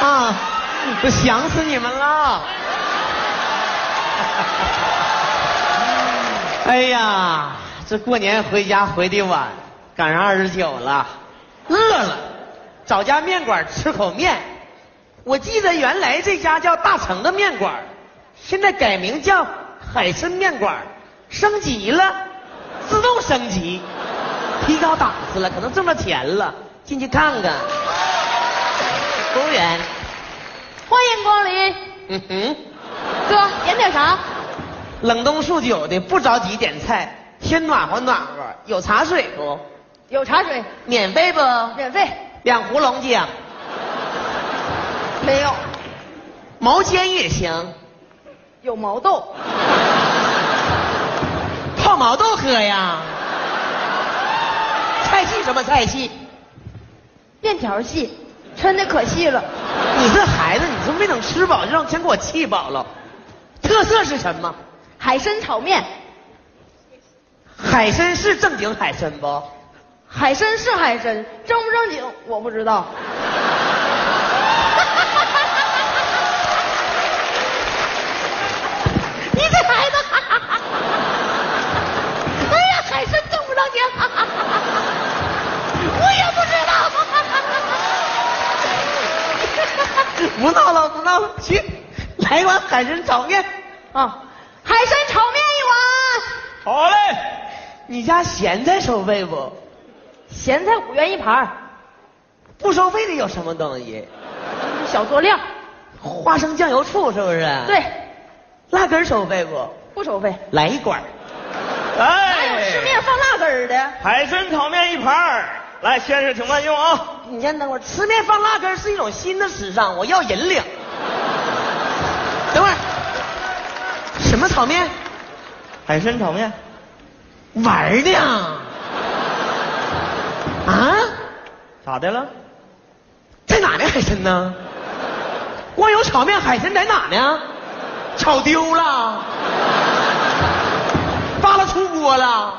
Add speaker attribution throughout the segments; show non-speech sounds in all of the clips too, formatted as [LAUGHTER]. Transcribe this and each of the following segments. Speaker 1: 啊，我想死你们了。 [LAUGHS] 哎呀，这过年回家回的晚，赶上二十九了，饿了，找家面馆吃口面。我记得原来这家叫大成的面馆，现在改名叫海参面馆，升级了，自动升级，提高档次了，可能挣到钱了。进去看看，服务员，
Speaker 2: 欢迎光临，
Speaker 1: 嗯哼，
Speaker 2: 哥，点点啥？
Speaker 1: 冷冻数九的，不着急点菜，先暖和暖和。有茶水不？
Speaker 2: 有茶水，
Speaker 1: 免费不？
Speaker 2: 免费，
Speaker 1: 两壶龙井，
Speaker 2: 没有，
Speaker 1: 毛尖也行，
Speaker 2: 有毛豆，
Speaker 1: 泡毛豆喝呀。菜系什么菜系？
Speaker 2: 面条细，抻的可细了，
Speaker 1: 你这孩子，你说没等吃饱就让钱给我气饱了。特色是什么？
Speaker 2: 海参炒面，
Speaker 1: 海参是正经海参不？
Speaker 2: 海参是海参，正不正经我不知道。 [LAUGHS] 你这孩子， [LAUGHS] 哎呀，海参正不正经， [LAUGHS] 我也不知道。
Speaker 1: 不闹了，不闹了，去，来碗海参炒面。
Speaker 2: 啊，海参炒面一
Speaker 3: 好嘞，
Speaker 1: 你家咸菜收费不？
Speaker 2: 碗，咸菜五元一盘儿
Speaker 1: 不收费的有什么东西？
Speaker 2: 小佐料，
Speaker 1: 花生酱油醋是不是？，
Speaker 2: 对，
Speaker 1: 辣根儿收费不？
Speaker 2: 不收费。
Speaker 1: 来一管儿。
Speaker 2: 哪有
Speaker 3: 哎，
Speaker 2: 吃面放辣根儿的？
Speaker 3: 海参炒面一盘儿，来，先生请慢用啊。
Speaker 1: 你先等会儿，吃面放辣根儿是一种新的时尚，我要引领。等会儿，什么炒面？
Speaker 3: 海参炒面，
Speaker 1: 玩儿的啊？啊？
Speaker 3: 咋的了？
Speaker 1: 在哪呢？海参呢？光有炒面，海参在哪呢？炒丢了，扒拉出锅了，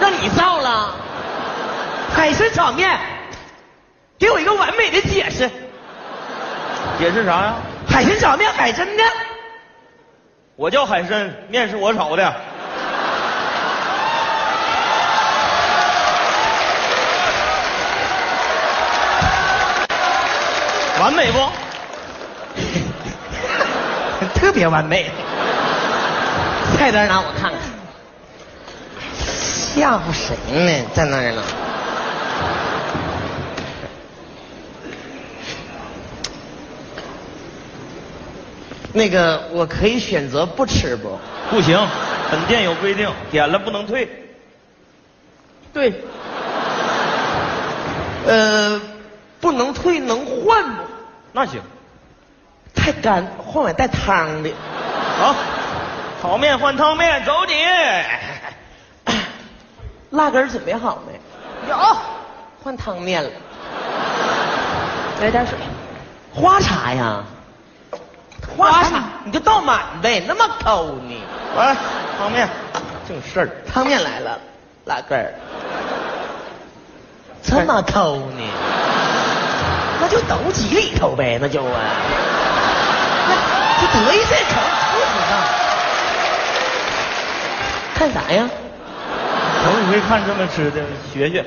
Speaker 1: 让你造了。海参炒面，给我一个完美的解释。
Speaker 3: 解释啥呀？
Speaker 1: 海参炒面，海参呢？
Speaker 3: 我叫海参，面是我炒的。完美不？
Speaker 1: [LAUGHS] 特别完美。菜单拿我看看，吓唬谁呢？在那儿呢。那个，我可以选择不吃不？
Speaker 3: 不行，本店有规定，点了不能退。
Speaker 1: 对。呃，不能退，能换不？
Speaker 3: 那行，
Speaker 1: 太干，换碗带汤的。
Speaker 3: 好，炒面换汤面，走你。
Speaker 1: 哎辣根儿准备好没？
Speaker 2: 有，
Speaker 1: 换汤面了。
Speaker 2: 来点水。
Speaker 1: 花茶呀，花茶，你就倒满呗，那么抠呢？
Speaker 3: 来，汤面，净事儿。
Speaker 1: 汤面来了，辣根儿，这么抠呢？那就都挤里头呗，那就啊，那就得意这口不知道。看啥呀？
Speaker 3: 头一回看这么吃的，学 [LAUGHS] 学。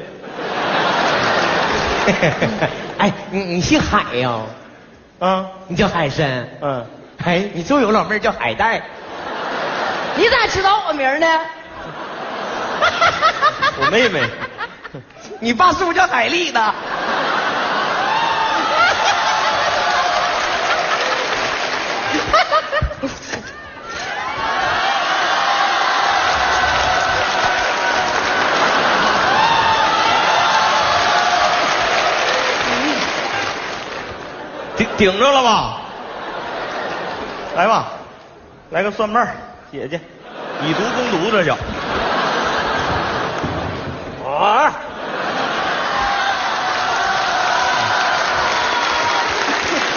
Speaker 1: [LAUGHS] 哎，你你姓海呀、
Speaker 3: 啊，
Speaker 1: 你叫海参。
Speaker 3: 嗯，
Speaker 1: 哎，你周有老妹儿叫海带，
Speaker 2: 你咋知道我名儿呢？
Speaker 3: 我妹妹，
Speaker 1: 你爸是不是叫海蛎的？
Speaker 3: 顶顶着了吧？来吧，来个蒜瓣儿，姐姐，以毒攻毒，这叫。啊！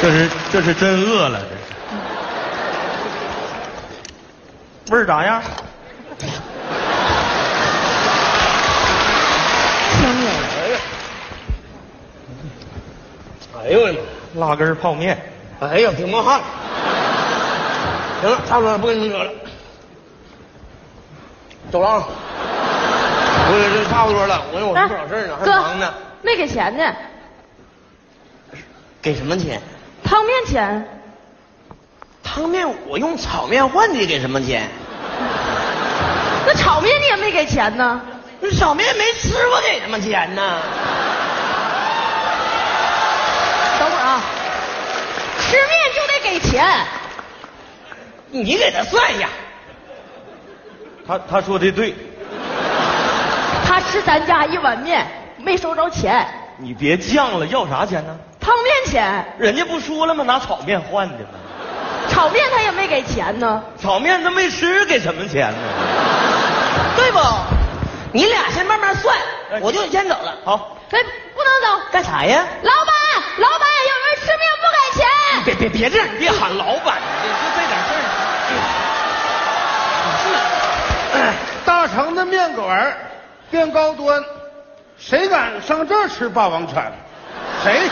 Speaker 3: 这是这是真饿了，这是。味儿咋样？哎呦我的妈！辣根儿泡面，
Speaker 1: 哎呀，挺冒汗。行了，差不多了，不跟你们扯了，走了。啊！不是，这差不多了，我有
Speaker 2: 哎
Speaker 1: 不少事儿呢，还
Speaker 2: 哥
Speaker 1: 忙呢。
Speaker 2: 没给钱呢，
Speaker 1: 给什么钱？
Speaker 2: 汤面钱。
Speaker 1: 汤面我用炒面换的，给什么钱？
Speaker 2: 那炒面你也没给钱呢，
Speaker 1: 那炒面没吃，我给什么钱呢？
Speaker 2: 等会儿啊，吃面就得给钱，
Speaker 1: 你给他算一下。
Speaker 3: 他他说的对，
Speaker 2: 他吃咱家一碗面没收着钱，
Speaker 3: 你别犟了，要啥钱呢？
Speaker 2: 汤面钱，
Speaker 3: 人家不说了吗？拿炒面换的吗？
Speaker 2: 炒面他也没给钱呢，
Speaker 3: 炒面他没吃，给什么钱呢？
Speaker 1: [LAUGHS] 对不？你俩先慢慢算
Speaker 3: 哎，
Speaker 1: 我就先走了。
Speaker 3: 好，
Speaker 2: 哎，不能走。
Speaker 1: 干啥呀？
Speaker 2: 老板，老板，有人吃面不给钱。
Speaker 1: 别别别这样，别喊老板，你就这点事儿。
Speaker 4: 大成的面馆儿变高端，谁敢上这儿吃霸王餐？谁？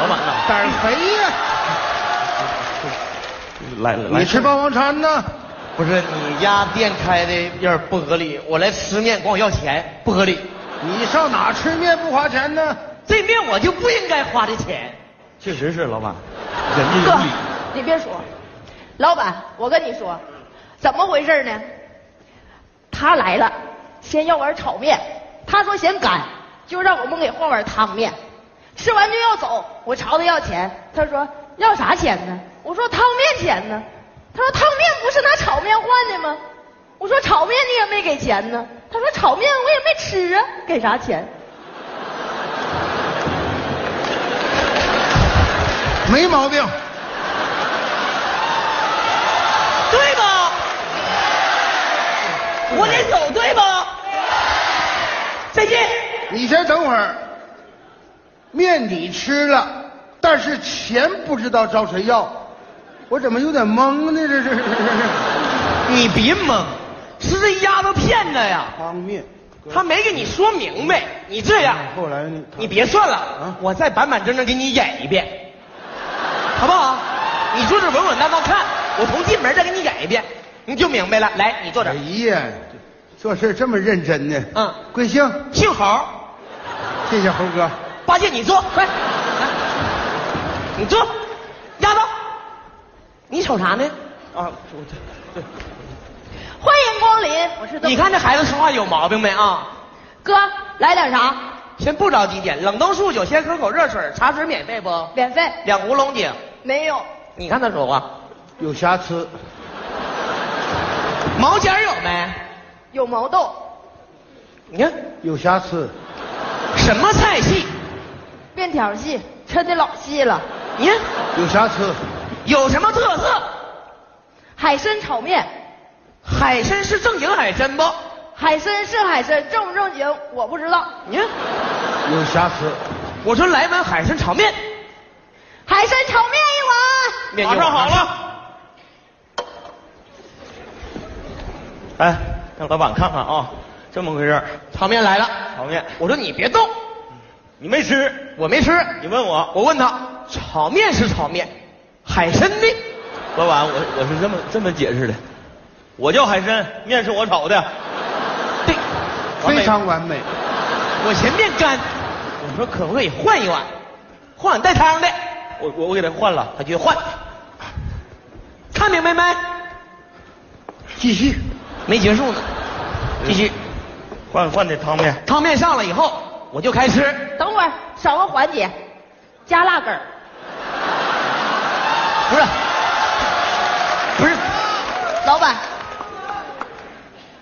Speaker 3: 老板呐，
Speaker 4: 胆儿肥呀、
Speaker 3: 来来，
Speaker 4: 你吃霸王餐呢？
Speaker 1: 不是你家店开的有点不合理，我来吃面管我要钱，不合理。
Speaker 4: 你上哪儿吃面不花钱呢？
Speaker 1: 这面我就不应该花这钱。
Speaker 3: 确实是老板，人家
Speaker 2: 哥
Speaker 3: 有理。，
Speaker 2: 你别说，老板，我跟你说，怎么回事呢？他来了，先要碗炒面，他说嫌干，就让我们给换碗汤面。吃完就要走，我朝他要钱，他说要啥钱呢？我说汤面钱呢。他说汤面不是拿炒面换的吗？我说炒面你也没给钱呢。他说炒面我也没吃啊，给啥钱？
Speaker 4: 没毛病。
Speaker 1: 对吧？我得走，对吧？再见。
Speaker 4: 你先等会儿，面你吃了，但是钱不知道找谁要，我怎么有点懵呢？这是这是这是
Speaker 1: 你别蒙，是这丫头骗的呀，
Speaker 4: 汤面。
Speaker 1: 她没给你说明白。你这样，
Speaker 4: 嗯后来你啊
Speaker 1: 你别算了，我再板板正正给你演一遍，好不好？你坐这稳稳当当看，我从进门再给你演一遍，你就明白了。来，你坐这
Speaker 4: 哎
Speaker 1: 儿。
Speaker 4: 呀，做事这么认真呢。
Speaker 1: 嗯
Speaker 4: 贵姓？
Speaker 1: 姓侯，
Speaker 4: 谢谢猴哥。
Speaker 1: 八戒，你坐，快，来，你坐。丫头，你瞅啥呢？
Speaker 3: 啊，
Speaker 2: 欢迎光临，我是邓
Speaker 1: 你看这孩子说话有毛病没啊？
Speaker 2: 哥，来点啥？
Speaker 1: 先不着急点，冷冻数酒，先喝口热水，茶水免费不？
Speaker 2: 免费
Speaker 1: 两壶龙井。
Speaker 2: 没有。
Speaker 1: 你看他说话，
Speaker 4: 有瑕疵，
Speaker 1: 毛尖儿有没？
Speaker 2: 有毛豆，
Speaker 1: 你看
Speaker 4: 有瑕疵，
Speaker 1: 什么菜系？
Speaker 2: 面条细，抻的老细了，
Speaker 1: 你看
Speaker 4: 有瑕疵，
Speaker 1: 有什么特色？
Speaker 2: 海参炒面，
Speaker 1: 海参是正经海参不？
Speaker 2: 海参是海参，正不正经我不知道。
Speaker 1: 你看，
Speaker 4: 有瑕疵，
Speaker 1: 我说来碗海参炒面，
Speaker 2: 海参炒面一
Speaker 1: 面
Speaker 3: 马
Speaker 1: 就
Speaker 3: 上好
Speaker 1: 往上
Speaker 3: 了。哎，让老板看看啊，这么回事儿
Speaker 1: 炒面来了。
Speaker 3: 炒面
Speaker 1: 我说你别动，
Speaker 3: 你没吃，
Speaker 1: 我没吃。
Speaker 3: 你问我，
Speaker 1: 我问他，炒面是炒面，海参呢？
Speaker 3: 老板，我我是这么这么解释的，我叫海参，面是我炒的。
Speaker 1: 对，
Speaker 3: 完美
Speaker 4: 非常完美。
Speaker 1: 我嫌面干，我说可不可以换一碗，换碗带汤的？
Speaker 3: 我我我给他换了，
Speaker 1: 他就换。看明白没？
Speaker 4: 继续，
Speaker 1: 没结束呢，继续。
Speaker 3: 换换的汤面。
Speaker 1: 汤面上了以后，我就开吃。
Speaker 2: 碗。等会儿少个环节，加辣根儿。
Speaker 1: 不是，不是，
Speaker 2: 老板，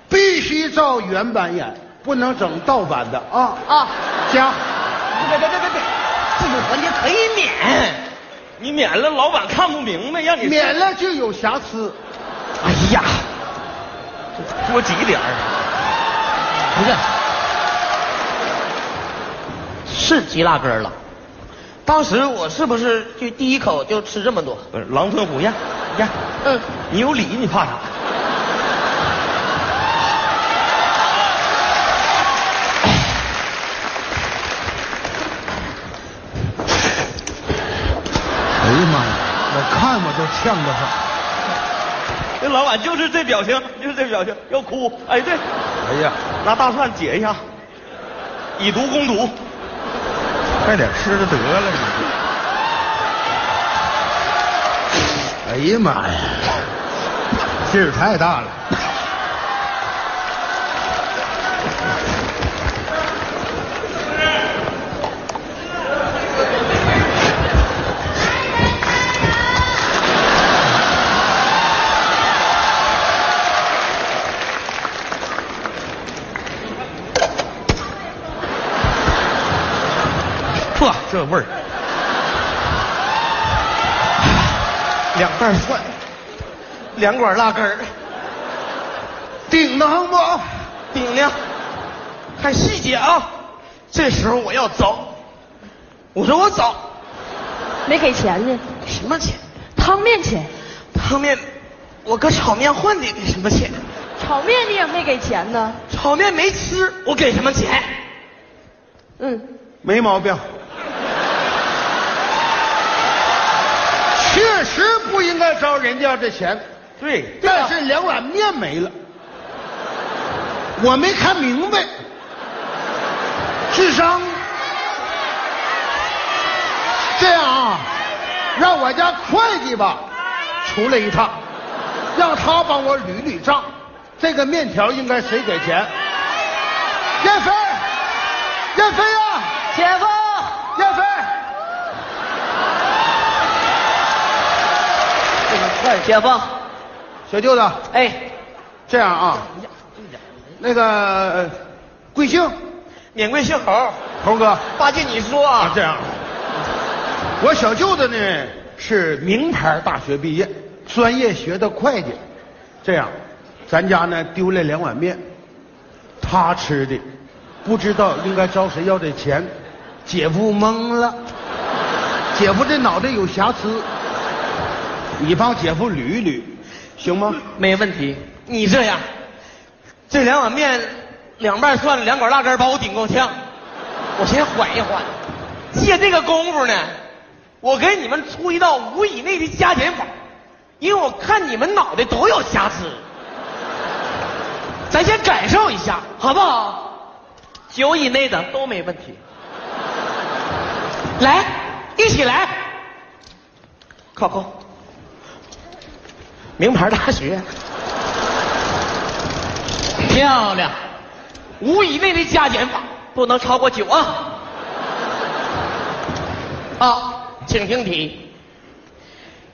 Speaker 4: 必须照原版演，不能整盗版的啊。
Speaker 2: 哦，
Speaker 4: 加，
Speaker 1: 别别别别别，这种环节可以免。
Speaker 3: 你免了，老板看不明白，让你
Speaker 4: 免了就有瑕疵。
Speaker 1: 哎呀，
Speaker 3: 多挤点儿。
Speaker 1: 不是，是急辣根儿了。当时我是不是就第一口就吃这么多？
Speaker 3: 不是狼吞虎咽，咽。
Speaker 1: 嗯，
Speaker 3: 你有理，你怕啥？
Speaker 4: 哎呀妈呀，我看我都呛得慌。
Speaker 3: 这老板就是这表情，就是这表情，要哭。哎，对，
Speaker 4: 哎呀，
Speaker 3: 拿大蒜解一下，以毒攻毒。
Speaker 4: 快点吃了得了你。哎呀妈呀，劲儿太大了。
Speaker 3: 嚯，这味儿！
Speaker 1: 两瓣蒜，两管辣根儿，
Speaker 4: 顶当不？
Speaker 1: 顶呢，看细节啊。这时候我要走，我说我走，
Speaker 2: 没给钱呢，
Speaker 1: 什么钱？
Speaker 2: 汤面钱，
Speaker 1: 汤面，我搁炒面换的，给什么钱？
Speaker 2: 炒面你也没给钱呢。
Speaker 1: 炒面没吃，我给什么钱？
Speaker 2: 嗯，
Speaker 4: 没毛病，确实不应该招人家这钱，
Speaker 3: 对，
Speaker 4: 但是两碗面没了，我没看明白，智商。这样啊，让我家会计吧出来一趟，让他帮我捋捋账，这个面条应该谁给钱？燕飞，燕飞呀、
Speaker 2: 姐夫，
Speaker 4: 燕飞，
Speaker 1: 哎姐夫，
Speaker 4: 小舅子，
Speaker 1: 哎，
Speaker 4: 这样啊，那个呃贵姓？
Speaker 1: 免贵姓侯，
Speaker 4: 猴哥，
Speaker 1: 八戒你说啊，
Speaker 4: 这样，我小舅子呢是名牌大学毕业，专业学的会计。这样，咱家呢丢了两碗面，他吃的，不知道应该找谁要这钱，姐夫懵了，姐夫这脑袋有瑕疵，你帮姐夫捋一捋，行吗？
Speaker 1: 没问题。你这样，这两碗面，两瓣蒜，两管辣根儿把我顶够呛，我先缓一缓。借这个功夫呢，我给你们出一道五以内的加减法，因为我看你们脑袋都有瑕疵，咱先感受一下，好不好？九以内的都没问题。来，一起来，靠靠，名牌大学，漂亮，五以内的加减法不能超过九啊。啊，请听题：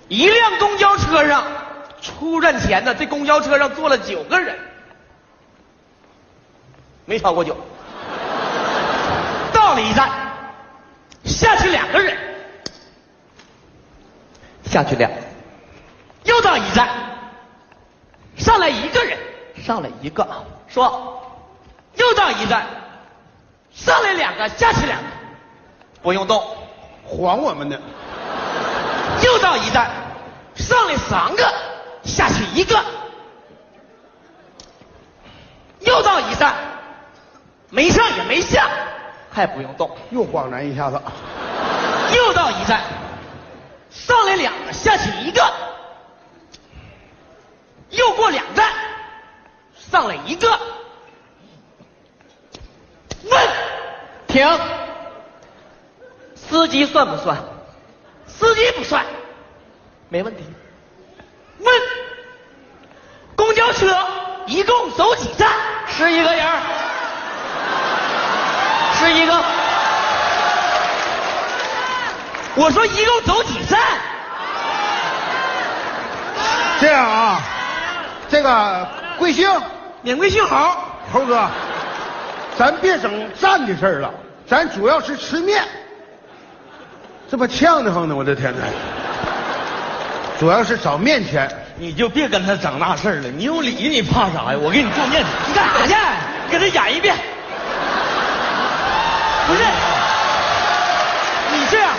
Speaker 1: 一辆公交车上，出站前呢，这公交车上坐了九个人，没超过九。到了一站，下去两个人，下去俩，又到一站，上来一个人，上来一个，说，又到一站，上来两个，下去两个，不用动。
Speaker 4: 晃我们呢。
Speaker 1: 又到一站，上来三个，下去一个。又到一站，没上也没下，还不用动。
Speaker 4: 又恍然一下子，
Speaker 1: 又到一站，上来两个，下去一个。又过两站，上来一个。问，停，司机算不算？司机不算，没问题。问，公交车一共走几站？十一个人儿，十一个。我说一共走几站？
Speaker 4: 这样啊，这个贵姓？
Speaker 1: 免贵姓侯，
Speaker 4: 猴哥，咱别整站的事儿了，咱主要是吃面。这不呛得慌呢，我的天哪！主要是找面钱，
Speaker 3: 你就别跟他整那事儿了。你有理，你怕啥呀？我给你做面
Speaker 1: 你干啥去？
Speaker 3: 给他演一遍。
Speaker 1: 不是，你这样，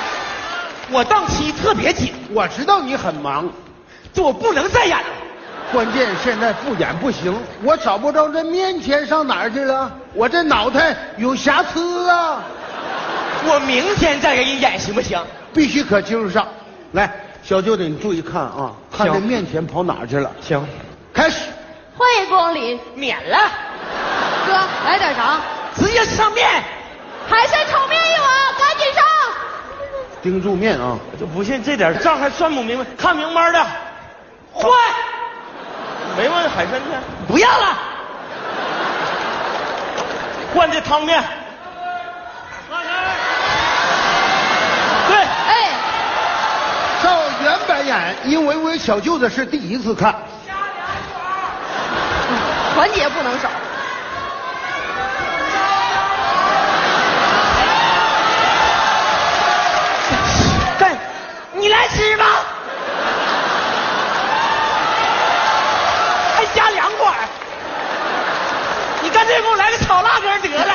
Speaker 1: 我档期特别紧，
Speaker 4: 我知道你很忙，
Speaker 1: 我不能再演了。
Speaker 4: 关键现在不演不行，我找不着这面钱上哪儿去了？我这脑袋有瑕疵啊，
Speaker 1: 我明天再给你演行不行？
Speaker 4: 必须可劲儿上。来，小舅子，你注意看啊，看
Speaker 3: 行
Speaker 4: 这面钱跑哪儿去了。
Speaker 3: 行，
Speaker 4: 开始，
Speaker 2: 欢迎光临，
Speaker 1: 免了，
Speaker 2: 哥，来点啥？
Speaker 1: 直接上面。
Speaker 2: 海参炒面一碗，赶紧上！
Speaker 4: 盯住面啊！
Speaker 3: 我就不信这点账还算不明白，看明白的，
Speaker 1: 换，
Speaker 3: 没问海参面，
Speaker 1: 不要了，
Speaker 3: 换这汤面。对，
Speaker 2: 哎，
Speaker 4: 照原版演，因为我小舅子是第一次看。
Speaker 2: 环节不能少。
Speaker 1: 干，你来吃吧。还加两管儿，你干脆给我来个炒辣根儿得了。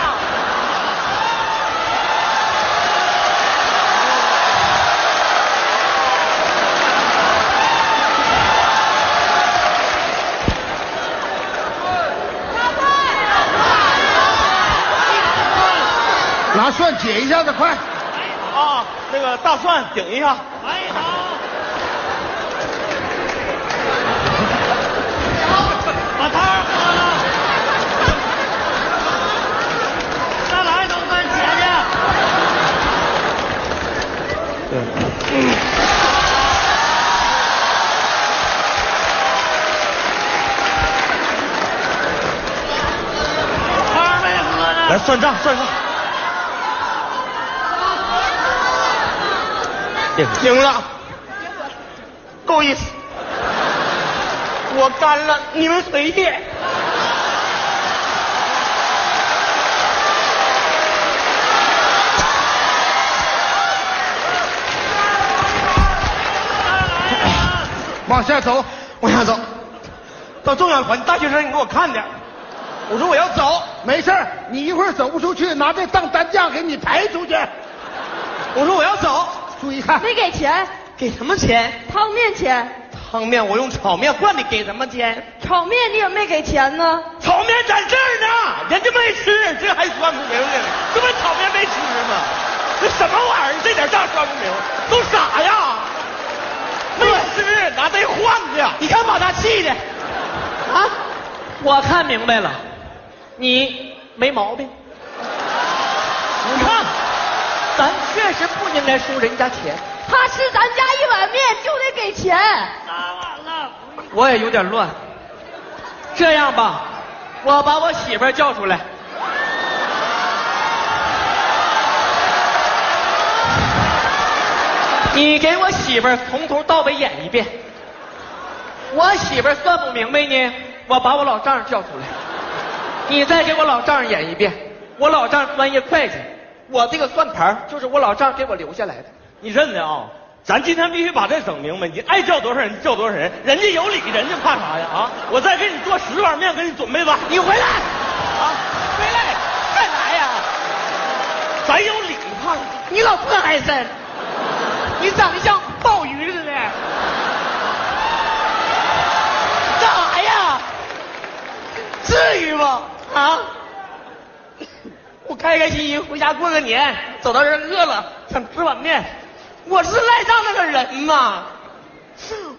Speaker 4: 拿蒜解一下子，快！
Speaker 3: 啊，那个大蒜顶一下。嗯来算账，算账。赢了，够意思。我干了，你们随便。
Speaker 4: 往下走，
Speaker 3: 往下走，到中远环，大学生，你给我看点儿。我说我要走，
Speaker 4: 没事儿你一会儿走不出去，拿这当担架给你抬出去。
Speaker 3: 哎我说我要走，
Speaker 4: 注意看，
Speaker 2: 没给钱，
Speaker 1: 给什么钱？
Speaker 2: 汤面钱，
Speaker 1: 汤面我用炒面换的，给什么钱？
Speaker 2: 炒面你也没给钱呢。
Speaker 3: 炒面在这儿呢，人家没吃，这还算不明白呢？这不炒面没吃吗？这什么玩意儿？这点账算不明白，都傻呀！没吃，拿这换的。
Speaker 1: 你看把他气的，啊！我看明白了，你没毛病。你看，咱确实不应该收人家钱。
Speaker 2: 他吃咱家一碗面就得给钱，
Speaker 1: 我也有点乱。这样吧，我把我媳妇儿叫出来。你给我媳妇儿从头到尾演一遍。我媳妇儿算不明白呢，我把我老丈人叫出来。你再给我老丈人演一遍。我老丈人专业会计，我这个算盘儿就是我老丈人给我留下来的。
Speaker 3: 你认得啊、咱今天必须把这整明白，你爱叫多少人叫多少人，人家有理，人家怕啥呀？啊！我再给你做十碗面，给你准备吧。
Speaker 1: 你回来啊！回来干啥呀？
Speaker 3: 咱有理怕啥？
Speaker 1: 你老破海参，你长得像鲍鱼似的。干啥呀？至于吗？啊！我开开心心回家过个年，走到这儿饿了，想吃碗面。我是赖账那个人吗？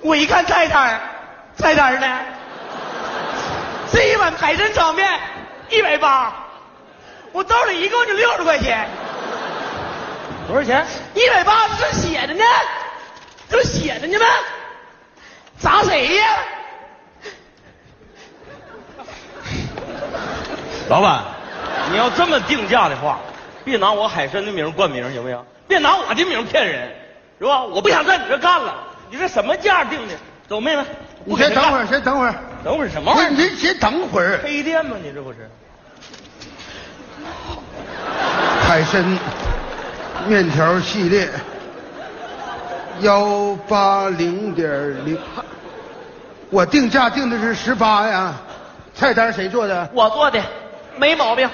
Speaker 1: 我一看菜单儿，菜单儿呢？这一碗海参炒面一百八，我兜里一共就六十块钱。
Speaker 3: 多少钱？
Speaker 1: 一百八这写着呢，这不写着呢吗？砸谁呀？
Speaker 3: 老板，你要这么定价的话，别拿我海参的名冠名，行不行？别拿我的名骗人，是吧？我不想在你这干了。你这什么价定的？走，妹妹，
Speaker 4: 你先等会
Speaker 3: 儿，
Speaker 4: 儿，先等会儿。
Speaker 3: 等会儿什么
Speaker 4: 不是，
Speaker 3: 玩意儿？
Speaker 4: 您先等会儿。
Speaker 3: 黑店吗？你这不是？
Speaker 4: 海参面条系列，幺八零点零，我定价定的是十八呀，菜单谁做的？
Speaker 1: 我做的，没毛病。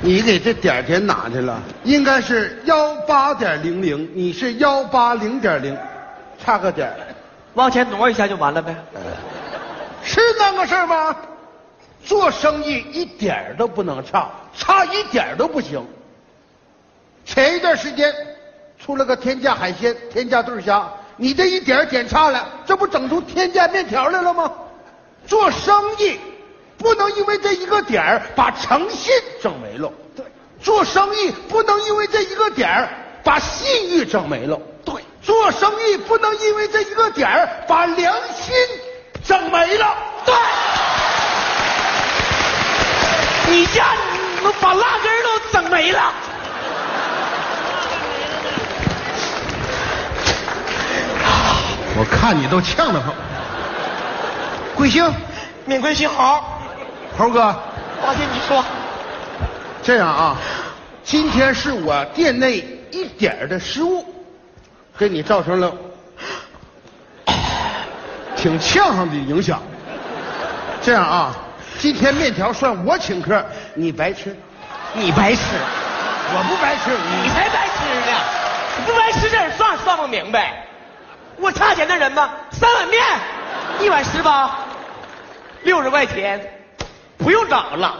Speaker 4: 你给这点儿点哪去了？应该是幺八点零零，你是幺八零点零，差个点儿
Speaker 1: 往前挪一下就完了呗。
Speaker 4: 是那个事儿吗？做生意一点儿都不能差，差一点儿都不行。前一段时间，出了个天价海鲜、天价对虾，你这一点儿点差了，这不整出天价面条来了吗？做生意不能因为这一个点儿把诚信整没了，对，做生意不能因为这一个点儿把信誉整没了，对，做生意不能因为这一个点儿把良心整没了，对。
Speaker 1: 你家你们把辣根儿都整没了。
Speaker 4: 我看你都呛得慌。贵姓？
Speaker 3: 免贵姓好，
Speaker 4: 猴哥，
Speaker 3: 八戒你说，
Speaker 4: 这样啊，今天是我店内一点儿的失误，给你造成了 [COUGHS] 挺呛上的影响。这样啊，今天面条算我请客，你白吃，
Speaker 1: 你白痴，
Speaker 4: 我不白吃，
Speaker 1: 你才白痴呢！你不白吃这也算算不明白。我差钱的人吗？三碗面，一碗十八，六十块钱，不用找了。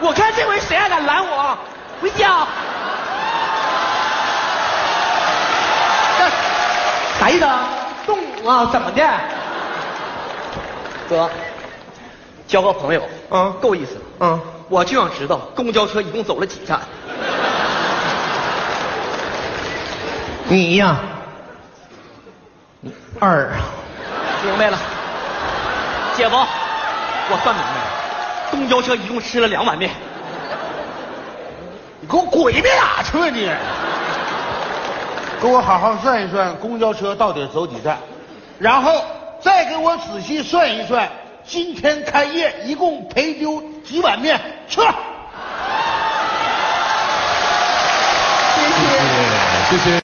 Speaker 1: 我看这回谁还敢拦我？回家。这啥意思啊？动我啊？怎么的？哥，交个朋友，
Speaker 3: 嗯
Speaker 1: 够意思。
Speaker 3: 嗯，
Speaker 1: 我就想知道公交车一共走了几站。你呀，二，明白了，姐夫，我算明白了，公交车一共吃了两碗面。
Speaker 4: 你给我鬼灭哪去啊你！给我好好算一算公交车到底走几站，然后再给我仔细算一算，今天开业一共赔丢几碗面？去。
Speaker 2: 谢谢。
Speaker 4: 谢谢。